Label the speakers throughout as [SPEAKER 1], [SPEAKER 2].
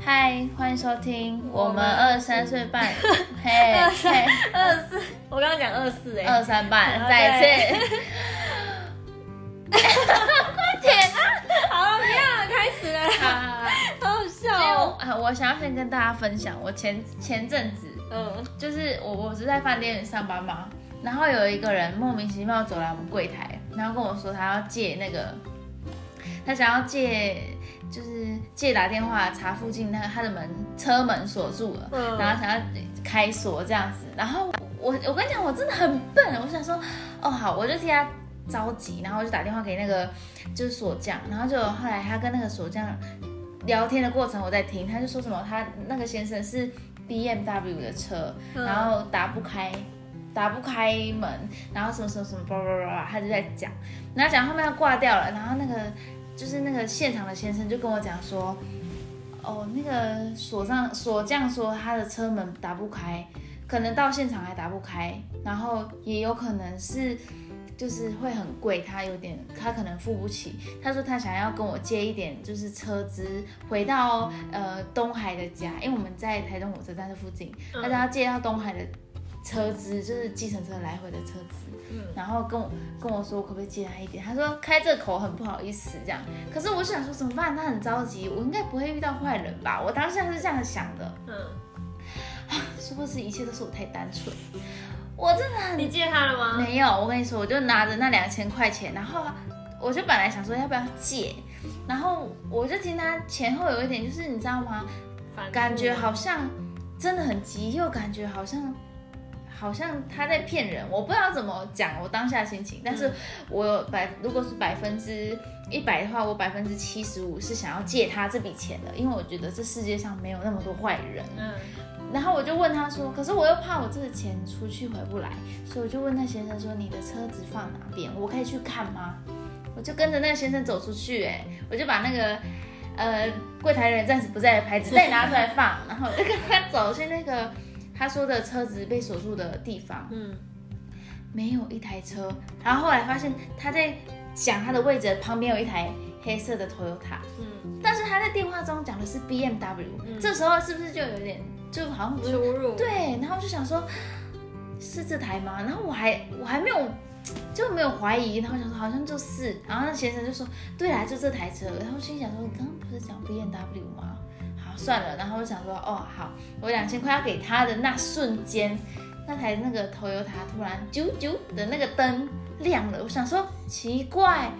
[SPEAKER 1] 嗨，欢迎收听我
[SPEAKER 2] 我
[SPEAKER 1] 们
[SPEAKER 2] 们
[SPEAKER 1] 二三岁半，嘿，嘿
[SPEAKER 2] 二四，我刚刚讲二四哎，
[SPEAKER 1] 二三半，
[SPEAKER 2] 对
[SPEAKER 1] 再一次，快点
[SPEAKER 2] 好了，不要了，开始了，
[SPEAKER 1] 啊！
[SPEAKER 2] 好好笑
[SPEAKER 1] 因为我
[SPEAKER 2] 哦。
[SPEAKER 1] 啊，我想要先跟大家分享，我前前阵子
[SPEAKER 2] 嗯，
[SPEAKER 1] 就是我我是在饭店上班嘛，然后有一个人莫名其妙走来我们柜台，然后跟我说他要借那个，他想要借就是借打电话查附近那个他的门车门锁住了，
[SPEAKER 2] 嗯
[SPEAKER 1] 然后想要开锁这样子，然后我我跟你讲我真的很笨，我想说哦好，我就替他。着急，然后我就打电话给那个就是锁匠，然后就后来他跟那个锁匠聊天的过程我在听，他就说什么他那个先生是 BMW 的车，
[SPEAKER 2] 嗯
[SPEAKER 1] 然后打不开，打不开门，然后什么什么什么，叭叭叭叭，他就在讲，然后讲后面要挂掉了，然后那个就是那个现场的先生就跟我讲说，哦，那个锁上锁匠说他的车门打不开，可能到现场还打不开，然后也有可能是。就是会很贵，他有点，他可能付不起。他说他想要跟我借一点，就是车资回到呃东海的家，因为我们在台中火车站这附近，他说他借到东海的车资，就是计程车来回的车资，
[SPEAKER 2] 嗯
[SPEAKER 1] 然后跟我跟我说我可不可以借他一点，他说开这口很不好意思这样，可是我就想说怎么办？他很着急，我应该不会遇到坏人吧？我当下是这样想的，
[SPEAKER 2] 嗯，
[SPEAKER 1] 是不是一切都是我太单纯？我真的很
[SPEAKER 2] 你借他了吗？
[SPEAKER 1] 没有，我跟你说，我就拿着那两千块钱，然后我就本来想说要不要借，然后我就听他前后有一点，就是你知道吗？
[SPEAKER 2] 反复
[SPEAKER 1] 感觉好像真的很急，又感觉好像好像他在骗人。我不知道怎么讲我当下心情，但
[SPEAKER 2] 嗯
[SPEAKER 1] 是我有百如果是百分之一百的话，我百分之七十五是想要借他这笔钱的，因为我觉得这世界上没有那么多坏人。
[SPEAKER 2] 嗯
[SPEAKER 1] 然后我就问他说，可是我又怕我这个钱出去回不来，所以我就问那先生说，你的车子放哪边？我可以去看吗？我就跟着那个先生走出去、哎，我就把那个呃柜台人暂时不在的牌子再拿出来放，然后我就跟他走去那个他说的车子被锁住的地方，
[SPEAKER 2] 嗯，
[SPEAKER 1] 没有一台车。然后后来发现他在讲他的位置旁边有一台黑色的 Toyota，
[SPEAKER 2] 嗯，
[SPEAKER 1] 但是他在电话中讲的是 BMW，、
[SPEAKER 2] 嗯
[SPEAKER 1] 这时候是不是就有点就好像不是
[SPEAKER 2] 出入，
[SPEAKER 1] 对，然后我就想说，是这台吗？然后我还我还没有就没有怀疑，然后我想说好像就是，然后那先生就说，对啦，就这台车。然后我心想说，你刚刚不是讲 B N W 吗？好，算了。然后我想说，哦，好，我两千块要给他的那瞬间，那台那个 Toyota 突然啾啾的那个灯亮了，我想说奇怪，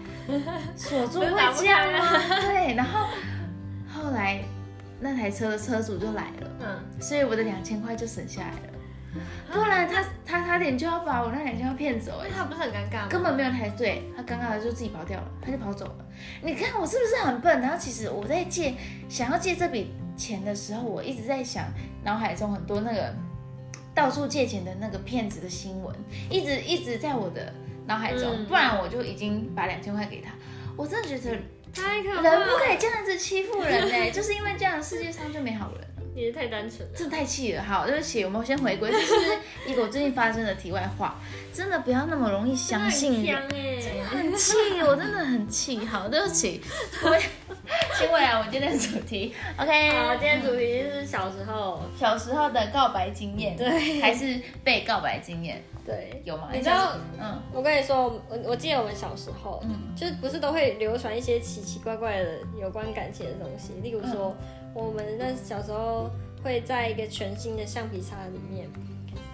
[SPEAKER 1] 锁住会这样吗？对，然后后来那台车的车主就来了。
[SPEAKER 2] 嗯，
[SPEAKER 1] 所以我的两千块就省下来了。不然他他差点就要把我那两千块骗走、
[SPEAKER 2] 那
[SPEAKER 1] 哎，
[SPEAKER 2] 他不是很尴尬吗？
[SPEAKER 1] 根本没有排队，他尴尬的就自己跑掉了，他就跑走了。你看我是不是很笨？然后其实我在借想要借这笔钱的时候，我一直在想脑海中很多那个到处借钱的那个骗子的新闻，一直一直在我的脑海中，
[SPEAKER 2] 嗯
[SPEAKER 1] 不然我就已经把两千块给他。我真的觉得
[SPEAKER 2] 太可怕
[SPEAKER 1] 人不
[SPEAKER 2] 了，
[SPEAKER 1] 可以这样子欺负人呢、哎就是因为这样世界上就没好人。
[SPEAKER 2] 你是太单纯了。
[SPEAKER 1] 这太气了，好，对不起，我们先回 归，这是一个我最近发生的题外话，真的不要那么容易相信人，
[SPEAKER 2] 真的很香哎，
[SPEAKER 1] 很气，我真的很气，好，对不 起，我先回来我们今天的主题，OK，
[SPEAKER 2] 好，今天主题就是小时候，
[SPEAKER 1] 小时候的告白经验，对，还是被告白经验
[SPEAKER 2] 对，
[SPEAKER 1] 有吗？
[SPEAKER 2] 你知
[SPEAKER 1] 就
[SPEAKER 2] 道
[SPEAKER 1] 是，嗯，
[SPEAKER 2] 我跟你说，我我我记得我们小时候，
[SPEAKER 1] 嗯
[SPEAKER 2] 就是不是都会流传一些奇奇怪怪的有关感情的东西，例如说，我们那小时候会在一个全新的橡皮擦里面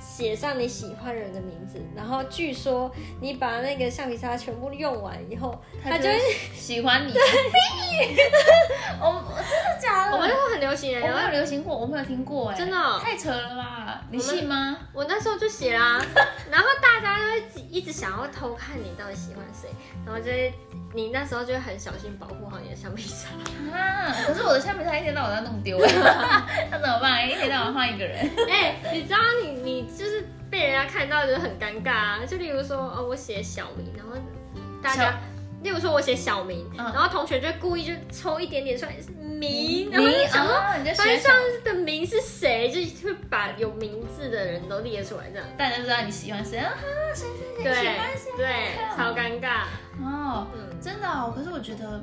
[SPEAKER 2] 写上你喜欢的人的名字，然后据说你把那个橡皮擦全部用完以后，他就会
[SPEAKER 1] 喜欢你， 我我真的假的？
[SPEAKER 2] 我们会很流行
[SPEAKER 1] 我
[SPEAKER 2] 的，
[SPEAKER 1] 没
[SPEAKER 2] 然
[SPEAKER 1] 有
[SPEAKER 2] 后
[SPEAKER 1] 流行过，我没有听过，哎，
[SPEAKER 2] 真的哦
[SPEAKER 1] 太扯了吧？你信吗？
[SPEAKER 2] 我那时候就写啦、 然后大家就会一直想要偷看你到底喜欢谁，然后就会你那时候就会很小心保护好你的橡皮擦。
[SPEAKER 1] 啊！可是我的橡皮擦一天到晚都要弄 丢，哎那怎么办？一天到晚换一个人，
[SPEAKER 2] 哎、你知道你你就是被人家看到就是很尴尬啊，就例如说哦，我写小明，然后大
[SPEAKER 1] 小
[SPEAKER 2] 家，例如说我写小明，
[SPEAKER 1] 嗯
[SPEAKER 2] 然后同学就故意就抽一点点出来是明，然后就
[SPEAKER 1] 你
[SPEAKER 2] 想说
[SPEAKER 1] 啊，你就学
[SPEAKER 2] 班
[SPEAKER 1] 校
[SPEAKER 2] 上，的名是谁，就是会把有名字的人都列出来这样，
[SPEAKER 1] 大家就知道你喜欢谁啊？谁谁谁喜
[SPEAKER 2] 对
[SPEAKER 1] 欢谁？
[SPEAKER 2] 对，超尴尬，
[SPEAKER 1] 哦，
[SPEAKER 2] 嗯，
[SPEAKER 1] 真的哦。可是我觉得，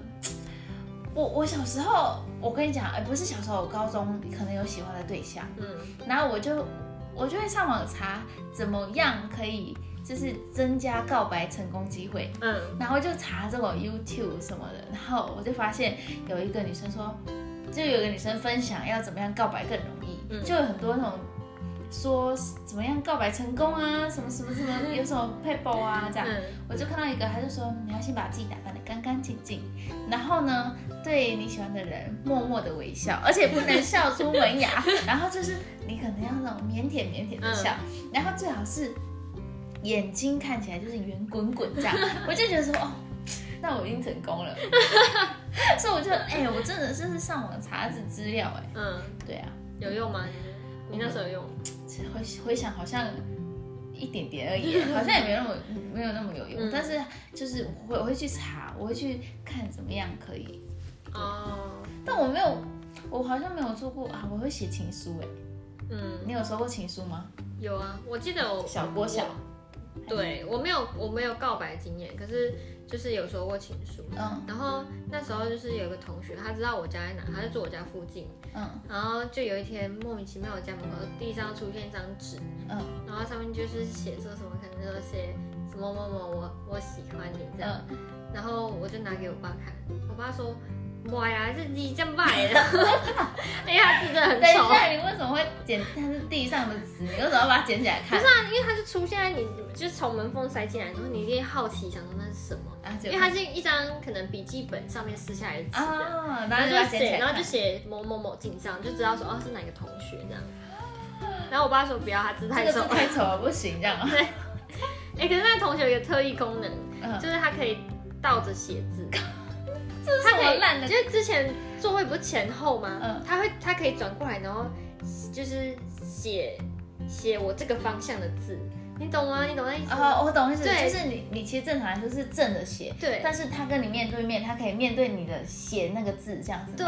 [SPEAKER 1] 我我小时候，我跟你讲，哎，不是小时候，我高中可能有喜欢的对象，
[SPEAKER 2] 嗯，
[SPEAKER 1] 然后我就我就会上网查怎么样可以就是增加告白成功机会，
[SPEAKER 2] 嗯，
[SPEAKER 1] 然后就查这种 YouTube 什么的，然后我就发现有一个女生说，就有一个女生分享要怎么样告白更容易，
[SPEAKER 2] 嗯
[SPEAKER 1] 就有很多那种说怎么样告白成功啊，什么什么什么，有什么 paper 啊这样，
[SPEAKER 2] 嗯，
[SPEAKER 1] 我就看到一个，他就说嗯你要先把自己打扮得干干净净，然后呢，对你喜欢的人默默的微笑，而且不能笑出门牙，然后就是你可能要那种腼腆腼腆的笑，然后最好是眼睛看起来就是圆滚滚这样，我就觉得说哦，那我已经成功了，所以我就哎、我真的就是上网查这资料哎、
[SPEAKER 2] 嗯，
[SPEAKER 1] 对啊，
[SPEAKER 2] 有用吗？你那时候有用？
[SPEAKER 1] 回回想好像一点点而 已，好像也没那么没有那么有用。
[SPEAKER 2] 嗯
[SPEAKER 1] 但是就是我会我会去查，我会去看怎么样可以。
[SPEAKER 2] 哦，
[SPEAKER 1] 但我没有，我好像没有做过啊。我会写情书哎，
[SPEAKER 2] 嗯，
[SPEAKER 1] 你有收过情书吗？
[SPEAKER 2] 有啊，我记得我
[SPEAKER 1] 小国小，
[SPEAKER 2] 对我没有我没有告白经验，可是就是有收过情书。
[SPEAKER 1] 嗯
[SPEAKER 2] 然后那时候就是有个同学，他知道我家在哪，他就住我家附近。
[SPEAKER 1] 嗯
[SPEAKER 2] 然后就有一天莫名其妙，我家门口地上出现一张纸，
[SPEAKER 1] 嗯
[SPEAKER 2] 然后上面就是写说什么，可能说写什么某某我我喜欢你这样。
[SPEAKER 1] 嗯，
[SPEAKER 2] 然后我就拿给我爸看，我爸说：“哇呀，这你这样卖的， 哎呀，字真的很
[SPEAKER 1] 等一
[SPEAKER 2] 丑。”
[SPEAKER 1] 下，你为什么会捡？它是地上的纸，你为什么要把它捡起来
[SPEAKER 2] 不
[SPEAKER 1] 看
[SPEAKER 2] 是？啊，因为它就出现在你，就是从门缝塞进来，然后你一定好奇想说那是什么，
[SPEAKER 1] 啊，
[SPEAKER 2] 因为它是一张可能笔记本上面撕下来的纸这样。
[SPEAKER 1] 啊，然
[SPEAKER 2] 然
[SPEAKER 1] 后
[SPEAKER 2] 后
[SPEAKER 1] 就把
[SPEAKER 2] 就
[SPEAKER 1] 它捡起
[SPEAKER 2] 写，
[SPEAKER 1] 来看，
[SPEAKER 2] 然后就写某某某敬上，就知道说哦是哪个同学这样。然后我爸说不要，他字
[SPEAKER 1] 这
[SPEAKER 2] 太
[SPEAKER 1] 个
[SPEAKER 2] 丑
[SPEAKER 1] 字
[SPEAKER 2] 了。
[SPEAKER 1] 太丑了，不行这样啊。
[SPEAKER 2] 哎、可是那同学有个特异功能，
[SPEAKER 1] 嗯，
[SPEAKER 2] 就是他可以倒着写字。
[SPEAKER 1] 这是
[SPEAKER 2] 他
[SPEAKER 1] 什
[SPEAKER 2] 可
[SPEAKER 1] 么
[SPEAKER 2] 以
[SPEAKER 1] 烂的
[SPEAKER 2] 就是之前座位不是前后吗？
[SPEAKER 1] 嗯
[SPEAKER 2] 他会他可以转过来，然后就是写写我这个方向的字，你懂吗？你懂那意思吗？
[SPEAKER 1] 哦，我懂意思，
[SPEAKER 2] 对
[SPEAKER 1] 就是你你其实正常来说是正着写，
[SPEAKER 2] 对
[SPEAKER 1] 但是他跟你面对面，他可以面对你的写那个字这样子。，
[SPEAKER 2] 对，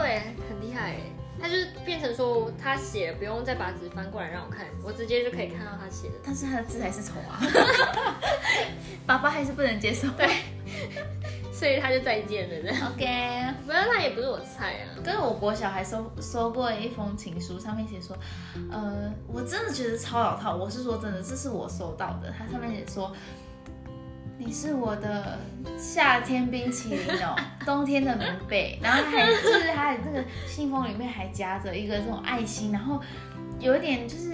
[SPEAKER 2] 很厉害哎。他就是变成说他写不用再把纸翻过来让我看，我直接就可以看到他写的。
[SPEAKER 1] 但是他的字还是丑啊， 爸爸还是不能接受。对
[SPEAKER 2] 所以他就再见了这样。
[SPEAKER 1] ，OK。
[SPEAKER 2] 不然那也不是我菜啊。
[SPEAKER 1] 跟我国小还收收过一封情书，上面写说，呃，我真的觉得超老套。我是说真的，这是我收到的。它上面写说，你是我的夏天冰淇淋 哦，冬天的棉被，然后还就是它的那个信封里面还夹着一个这种爱心，然后有一点就是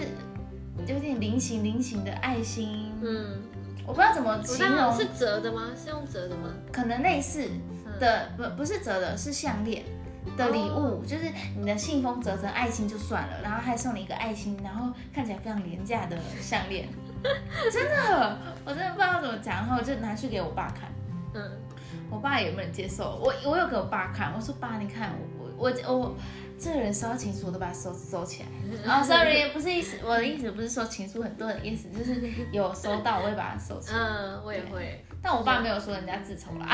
[SPEAKER 1] 有点菱形菱形的爱心，
[SPEAKER 2] 嗯，
[SPEAKER 1] 我不知道怎么
[SPEAKER 2] 我
[SPEAKER 1] 形
[SPEAKER 2] 当然
[SPEAKER 1] 容，
[SPEAKER 2] 是折的吗？是用折的吗？
[SPEAKER 1] 可能类似，
[SPEAKER 2] 嗯，
[SPEAKER 1] 的不不是折的，是项链的礼物，就是你的信封折成爱心就算了，然后还送你一个爱心，然后看起来非常廉价的项链， 真的，我真的不知道怎么讲，然后我就拿去给我爸看，
[SPEAKER 2] 嗯，
[SPEAKER 1] 我爸也不能接受，我我有给我爸看，我说爸你看我我我我这个人收到情书我都把它收收起来，哦、s o r r y 不是意思，我的意思不是说情书很多的意思，就是有收到我会把它收起来，
[SPEAKER 2] 嗯，我也会，
[SPEAKER 1] 但我爸没有说人家自丑啦，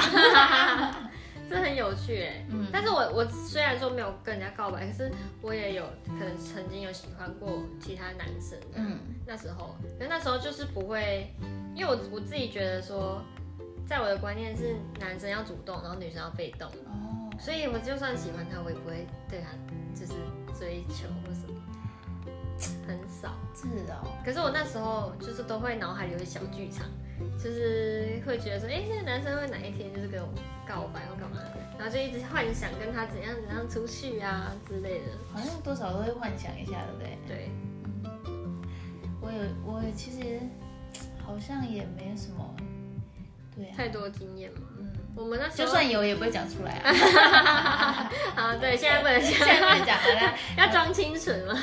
[SPEAKER 2] 这很有趣哎。
[SPEAKER 1] 嗯
[SPEAKER 2] 但是我我虽然说没有跟人家告白，可是我也有可能曾经有喜欢过其他男生。嗯，
[SPEAKER 1] 嗯
[SPEAKER 2] 那时候，可是那时候就是不会，因为我我自己觉得说，在我的观念是男生要主动，然后女生要被动，
[SPEAKER 1] 哦。
[SPEAKER 2] 所以我就算喜欢他，我也不会对他就是追求或什么，很少。
[SPEAKER 1] 是哦，
[SPEAKER 2] 可是我那时候就是都会脑海里有一小剧场，就是会觉得说，哎、这个男生会哪一天就是跟我告白或干嘛，然后就一直幻想跟他怎样怎样出去啊之类的。
[SPEAKER 1] 好像多少都会幻想一下，对不对？
[SPEAKER 2] 对，
[SPEAKER 1] 我有，我也其实好像也没什么，对啊，
[SPEAKER 2] 太多经验嘛。
[SPEAKER 1] 嗯，
[SPEAKER 2] 我们那时
[SPEAKER 1] 就
[SPEAKER 2] 候
[SPEAKER 1] 算有也不会讲出来啊，
[SPEAKER 2] 啊，对，现在不能
[SPEAKER 1] 现
[SPEAKER 2] 讲，
[SPEAKER 1] 在 不能讲了啦，
[SPEAKER 2] 要装清纯嘛。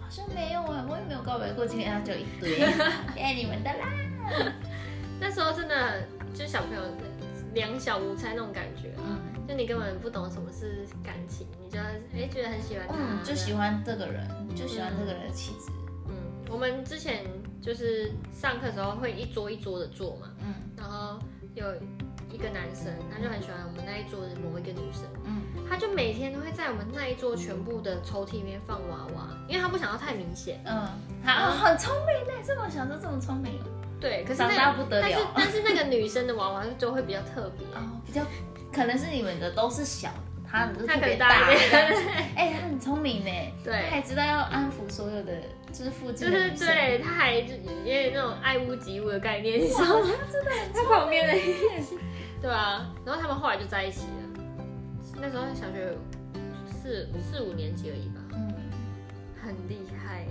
[SPEAKER 1] 好像没有啊，我也没有告白过，今天啊就一堆， 爱你们的啦，
[SPEAKER 2] 那时候真的就是小朋友两小无猜那种感觉啊，
[SPEAKER 1] 嗯
[SPEAKER 2] 就你根本不懂什么是感情，你就哎、觉得很喜欢他，
[SPEAKER 1] 嗯，就喜
[SPEAKER 2] 欢。
[SPEAKER 1] 欢这个人，就喜欢这个人的气质，
[SPEAKER 2] 嗯，我们之前就是上课的时候会一桌一桌的坐嘛。
[SPEAKER 1] 嗯
[SPEAKER 2] 然后有一个男生，他就很喜欢我们那一桌的某一个女生，
[SPEAKER 1] 嗯，
[SPEAKER 2] 他就每天都会在我们那一桌全部的抽屉里面放娃娃，因为他不想要太明显。
[SPEAKER 1] 嗯，好，很聪明呢，这么小就这么聪明哦
[SPEAKER 2] 对，可是
[SPEAKER 1] 长大
[SPEAKER 2] 那
[SPEAKER 1] 不
[SPEAKER 2] 个
[SPEAKER 1] 得了
[SPEAKER 2] 但是但是那个女生的娃娃就会比比较特别，
[SPEAKER 1] 哦，比较可能是你们的都是小的，他很
[SPEAKER 2] 他
[SPEAKER 1] 特
[SPEAKER 2] 可
[SPEAKER 1] 别
[SPEAKER 2] 以
[SPEAKER 1] 大
[SPEAKER 2] 大一点
[SPEAKER 1] 这样子， 哎、他很聪明呢，
[SPEAKER 2] 对
[SPEAKER 1] 他还知道要安抚所有的，就是附
[SPEAKER 2] 就
[SPEAKER 1] 近的
[SPEAKER 2] 是
[SPEAKER 1] 女生
[SPEAKER 2] 对，他还就有点那种爱屋及乌的概念，你知道 吗？
[SPEAKER 3] 他旁 边的
[SPEAKER 2] 对啊，然后他们后来就在一起了，那时候小学四四五年级而已吧，
[SPEAKER 1] 嗯，
[SPEAKER 2] 很厉害，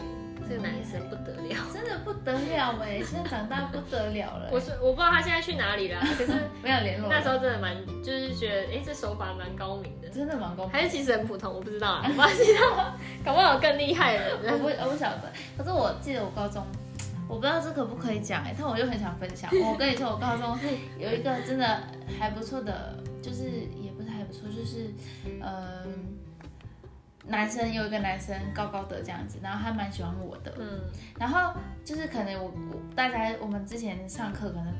[SPEAKER 2] 这个男生不得了。
[SPEAKER 1] 真的不得了哎，现在长大不得了了，
[SPEAKER 2] 我是我不知道他现在去哪 里了，可是
[SPEAKER 1] 没有联络了，
[SPEAKER 2] 那时候真的蛮，就是觉得哎、诶这手法蛮高明的，
[SPEAKER 1] 真的蛮公平。
[SPEAKER 2] 还是其实很普通，我不知 道啊，我不知道，搞不好有更厉害的
[SPEAKER 1] 我
[SPEAKER 2] 人。
[SPEAKER 1] 不我不晓得，可是我记得我高中，我不知道这可不可以讲哎、但我就很想分享。我跟你说，我高中有一个真的还不错的，就是也不是还不错，就是嗯、男生有一个男生高高的这样子，然后他蛮喜欢我的，
[SPEAKER 2] 嗯，
[SPEAKER 1] 然后就是可能我我大家我们之前上课可能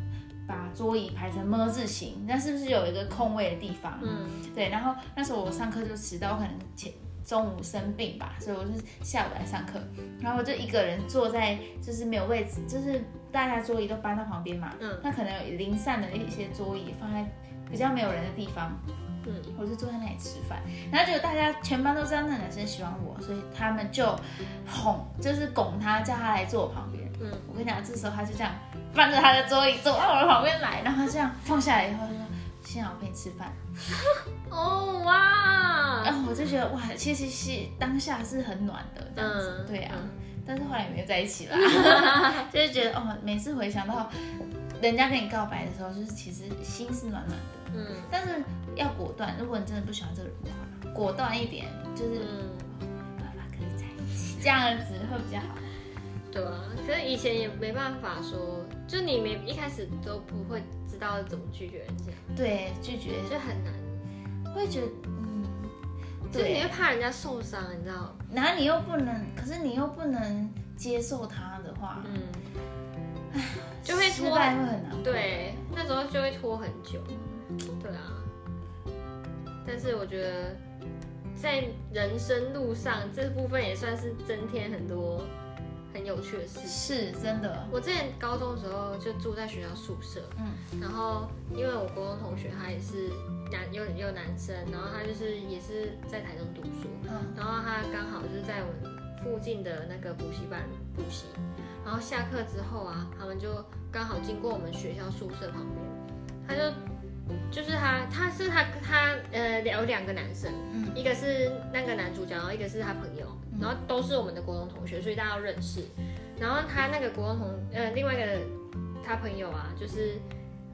[SPEAKER 1] 把桌椅排成么字形，那是不是有一个空位的地方？
[SPEAKER 2] 嗯，
[SPEAKER 1] 对，然后那时候我上课就迟到，我可能前中午生病吧，所以我是下午来上课，然后我就一个人坐在就是没有位置，就是大家桌椅都搬到旁边嘛，
[SPEAKER 2] 嗯
[SPEAKER 1] 那可能有零散的一些桌椅放在比较没有人的地方，
[SPEAKER 2] 嗯，
[SPEAKER 1] 我就坐在那里吃饭，然后结果大家全班都知道那男生喜欢我，所以他们就哄，就是拱他，叫他来坐我旁边，
[SPEAKER 2] 嗯，
[SPEAKER 1] 我跟你讲，这时候他就这样搬着他的桌椅走到我的旁边来，然后他这样放下来以后他就说。幸好我陪你吃饭，
[SPEAKER 2] 哦哇，
[SPEAKER 1] 然后我就觉得哇，其实是当下是很暖的这样子，
[SPEAKER 2] 嗯
[SPEAKER 1] 对啊，
[SPEAKER 2] 嗯
[SPEAKER 1] 但是后来也没有在一起 啦，就是觉得哦，每次回想到人家跟你告白的时候，就是其实心是暖暖的，
[SPEAKER 2] 嗯
[SPEAKER 1] 但是要果断，如果你真的不喜欢这个人的话，果断一点，就是
[SPEAKER 2] 嗯，
[SPEAKER 1] 爸爸可以在一起，这样子会比较好。
[SPEAKER 2] 对啊，可是以前也没办法说，就你没一开始都不会知道怎么拒绝人家，
[SPEAKER 1] 对，拒绝
[SPEAKER 2] 就很难，
[SPEAKER 1] 会觉得嗯，
[SPEAKER 2] 就是你
[SPEAKER 1] 对
[SPEAKER 2] 会，怕人家受伤，你知道？
[SPEAKER 1] 然后你又不能，可是你又不能接受他的话，
[SPEAKER 2] 嗯，就会
[SPEAKER 1] 失
[SPEAKER 2] 拖
[SPEAKER 1] 败会很难过。
[SPEAKER 2] 对，那时候就会拖很久。对啊，但是我觉得在人生路上这部分也算是增添很多很有趣的事情。
[SPEAKER 1] 是真的，
[SPEAKER 2] 我之前高中的时候就住在学校宿舍，
[SPEAKER 1] 嗯。
[SPEAKER 2] 然后因为我国中同学他也是男有有男生，然后他就是也是在台中读书，
[SPEAKER 1] 嗯
[SPEAKER 2] 然后他刚好就是在我们附近的那个补习班补习，然后下课之后啊，他们就刚好经过我们学校宿舍旁边，他就就是他他是他他呃有两个男生，
[SPEAKER 1] 嗯
[SPEAKER 2] 一个是那个男主角，然后一个是他朋友，然后都是我们的国中同学，所以大家都认识。然后他那个国中同呃另外一个他朋友啊，就是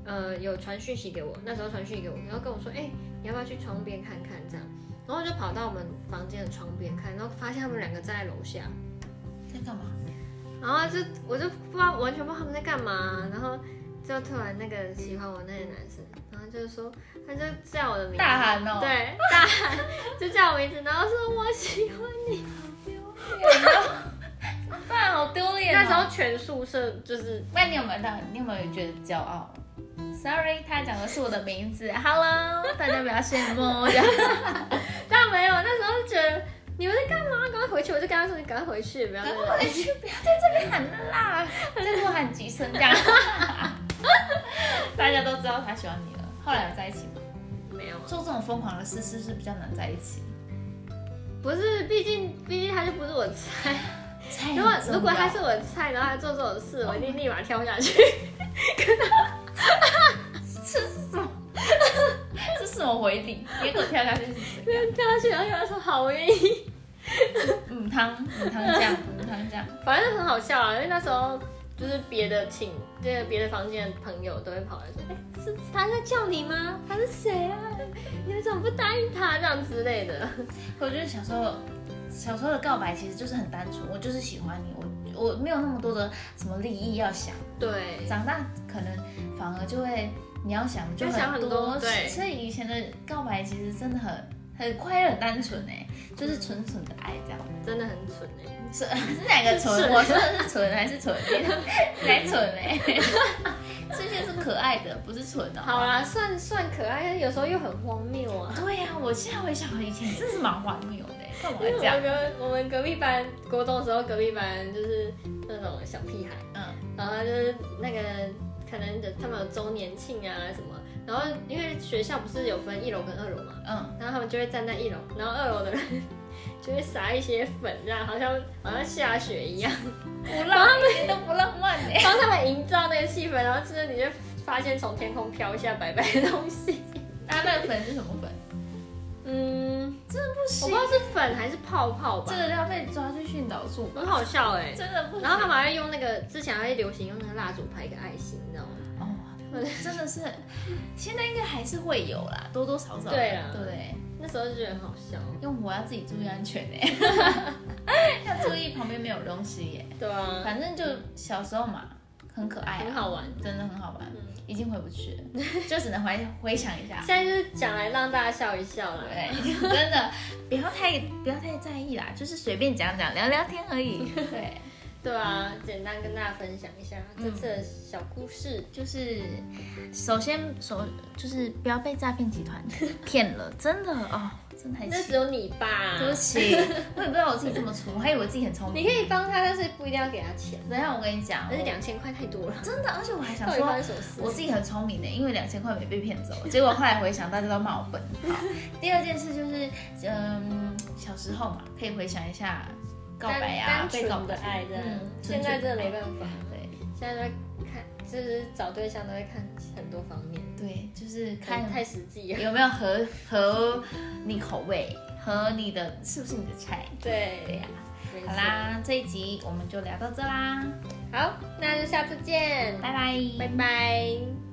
[SPEAKER 2] 呃有传讯息给我，那时候传讯息给我，然后跟我说，哎、你要不要去窗边看看这样？然后就跑到我们房间的窗边看，然后发现他们两个站在楼下，
[SPEAKER 1] 在干嘛？
[SPEAKER 2] 然后就我就不知道完全不知道他们在干嘛，然后就突然那个喜欢我那个男生，然后就是说他就叫我的名字，
[SPEAKER 1] 大喊哦、，
[SPEAKER 2] 对，大喊就叫我名字，然后说我喜欢 你。
[SPEAKER 1] 爸好丢脸、哦
[SPEAKER 2] 那时候，全宿舍就是
[SPEAKER 1] 那你有没有大？你有没有觉得骄傲？Sorry，他讲的是我的名字。Hello，大家不要 羡慕。这样
[SPEAKER 2] 但没有，那时候就觉得你们在干嘛？赶快回去！我就跟他说你赶快回去，不要在
[SPEAKER 1] 赶
[SPEAKER 2] 这
[SPEAKER 1] 快回去，不要在这里喊了啦，再多喊几声这样。 大家都知道他喜欢你了。后来有在一起吗？
[SPEAKER 2] 没有啊，
[SPEAKER 1] 做这种疯狂的事是不是比较难在一起？
[SPEAKER 2] 不是，毕竟毕竟他就不是我菜。
[SPEAKER 1] 菜很
[SPEAKER 2] 如果
[SPEAKER 1] 重要
[SPEAKER 2] 如果他是我的菜，然后他做这种事，我一定立马跳下 去。
[SPEAKER 1] 这是什么？这是什么回礼？结果跳下去是怎样？
[SPEAKER 2] 跳下去，然后跟他说好，我愿意。
[SPEAKER 1] 嗯汤，嗯汤酱，嗯汤酱。
[SPEAKER 2] 反正很好笑啊，因为那时候就是别的寝，就是别的房间的朋友都会跑来说，哎、是是他在叫你吗？他是谁啊？你为什么不答应他这样之类 的？
[SPEAKER 1] 我觉得小时候，小时候的告白其实就是很单纯，我就是喜欢你，我我没有那么多的什么利益要想。
[SPEAKER 2] 对，
[SPEAKER 1] 长大可能反而就会你要想就
[SPEAKER 2] 要想很多对
[SPEAKER 1] 所以以前的告白其实真的很很快乐、很单纯哎，就是纯纯的爱这样。
[SPEAKER 2] 真的很蠢哎、
[SPEAKER 1] 是 是哪个纯？
[SPEAKER 2] 是
[SPEAKER 1] 我说的是纯还是纯？ 来纯哎， 这些是可爱的，不是纯哦。
[SPEAKER 2] 好啦，算算可爱，但有时候又很荒谬啊。
[SPEAKER 1] 对呀、我现在回想以前真是蛮荒谬的，欸干嘛
[SPEAKER 2] 因为我
[SPEAKER 1] 这样
[SPEAKER 2] 们？隔我们隔壁班国中的时候，隔壁班就是那种小屁孩，
[SPEAKER 1] 嗯，
[SPEAKER 2] 然后就是那个可能他们有周年庆啊什么，然后因为学校不是有分一楼跟二楼嘛，
[SPEAKER 1] 嗯，
[SPEAKER 2] 然后他们就会站在一楼，然后二楼的人就会撒一些粉，这样好像好像下雪一样，
[SPEAKER 1] 不浪漫，一点都不浪漫哎、
[SPEAKER 2] 帮他们营造那个气氛，然后就是你就发现从天空飘下白白的东西，
[SPEAKER 1] 那那个粉是什么粉？
[SPEAKER 2] 嗯，
[SPEAKER 1] 不
[SPEAKER 2] 我
[SPEAKER 1] 行
[SPEAKER 2] 不知，道是粉还是泡泡吧
[SPEAKER 1] 这，个要被抓去训导处吧，
[SPEAKER 2] 很好笑哎、
[SPEAKER 1] 真的不行。
[SPEAKER 2] 然后他们还会用那个之前还会流行用那个蜡烛拍一个爱心，你知道吗？
[SPEAKER 1] 哦，真的是，现在应该还是会有啦，多多少少的，
[SPEAKER 2] 对啊啦
[SPEAKER 1] 对不对？
[SPEAKER 2] 那时候就觉得很好笑。
[SPEAKER 1] 用火要自己注意安全哎、 要注意旁边没有东西耶、
[SPEAKER 2] 对啊，
[SPEAKER 1] 反正就小时候嘛，很可爱、
[SPEAKER 2] 很
[SPEAKER 1] 啊，
[SPEAKER 2] 好玩。
[SPEAKER 1] 真的很好玩，
[SPEAKER 2] 嗯
[SPEAKER 1] 已经回不去了， 就只能回回想一下
[SPEAKER 2] 现。在就是讲来让大家笑一笑啦。
[SPEAKER 1] 对，真的不要太不要太在意啦，就是随便讲讲聊聊天而 已。对，
[SPEAKER 2] 对啊，简单跟大家分享一下这次的小故事。
[SPEAKER 1] 就是首先首就是不要被诈骗集 团骗了，真的哦，真的太
[SPEAKER 2] 那
[SPEAKER 1] 气
[SPEAKER 2] 只有你吧，
[SPEAKER 1] 对不起， 我也不知道我自己这么粗，我还以为我自己很聪
[SPEAKER 2] 你
[SPEAKER 1] 明。
[SPEAKER 2] 可以帮他，但是不一定要给他钱。
[SPEAKER 1] 等一下我跟你讲，
[SPEAKER 2] 但是
[SPEAKER 1] 我
[SPEAKER 2] 两千块太多了，
[SPEAKER 1] 真的，而且我还想
[SPEAKER 2] 到底
[SPEAKER 1] 说
[SPEAKER 2] 发，生什么事？
[SPEAKER 1] 我自己很聪明的，因为两千块没被骗走， 结果后来回想，大家都骂我笨。好，第二件事就是，嗯，小时候嘛，可以回想一下告
[SPEAKER 2] 单
[SPEAKER 1] 白啊
[SPEAKER 2] 单，
[SPEAKER 1] 被告
[SPEAKER 2] 纯的
[SPEAKER 1] 白。
[SPEAKER 2] 爱的
[SPEAKER 1] 嗯，
[SPEAKER 2] 现在真的没办法。
[SPEAKER 1] 对
[SPEAKER 2] 现在都会看，就是找对象都会看很多方面，
[SPEAKER 1] 对，就是看
[SPEAKER 2] 看太实际了。
[SPEAKER 1] 有没有合合你口味，合你的是不是你的菜。对
[SPEAKER 2] 对
[SPEAKER 1] 呀、，
[SPEAKER 2] 没错
[SPEAKER 1] 好。啦，这一集我们就聊到这啦，
[SPEAKER 2] 好，那就下次见，
[SPEAKER 1] 拜拜，
[SPEAKER 2] 拜拜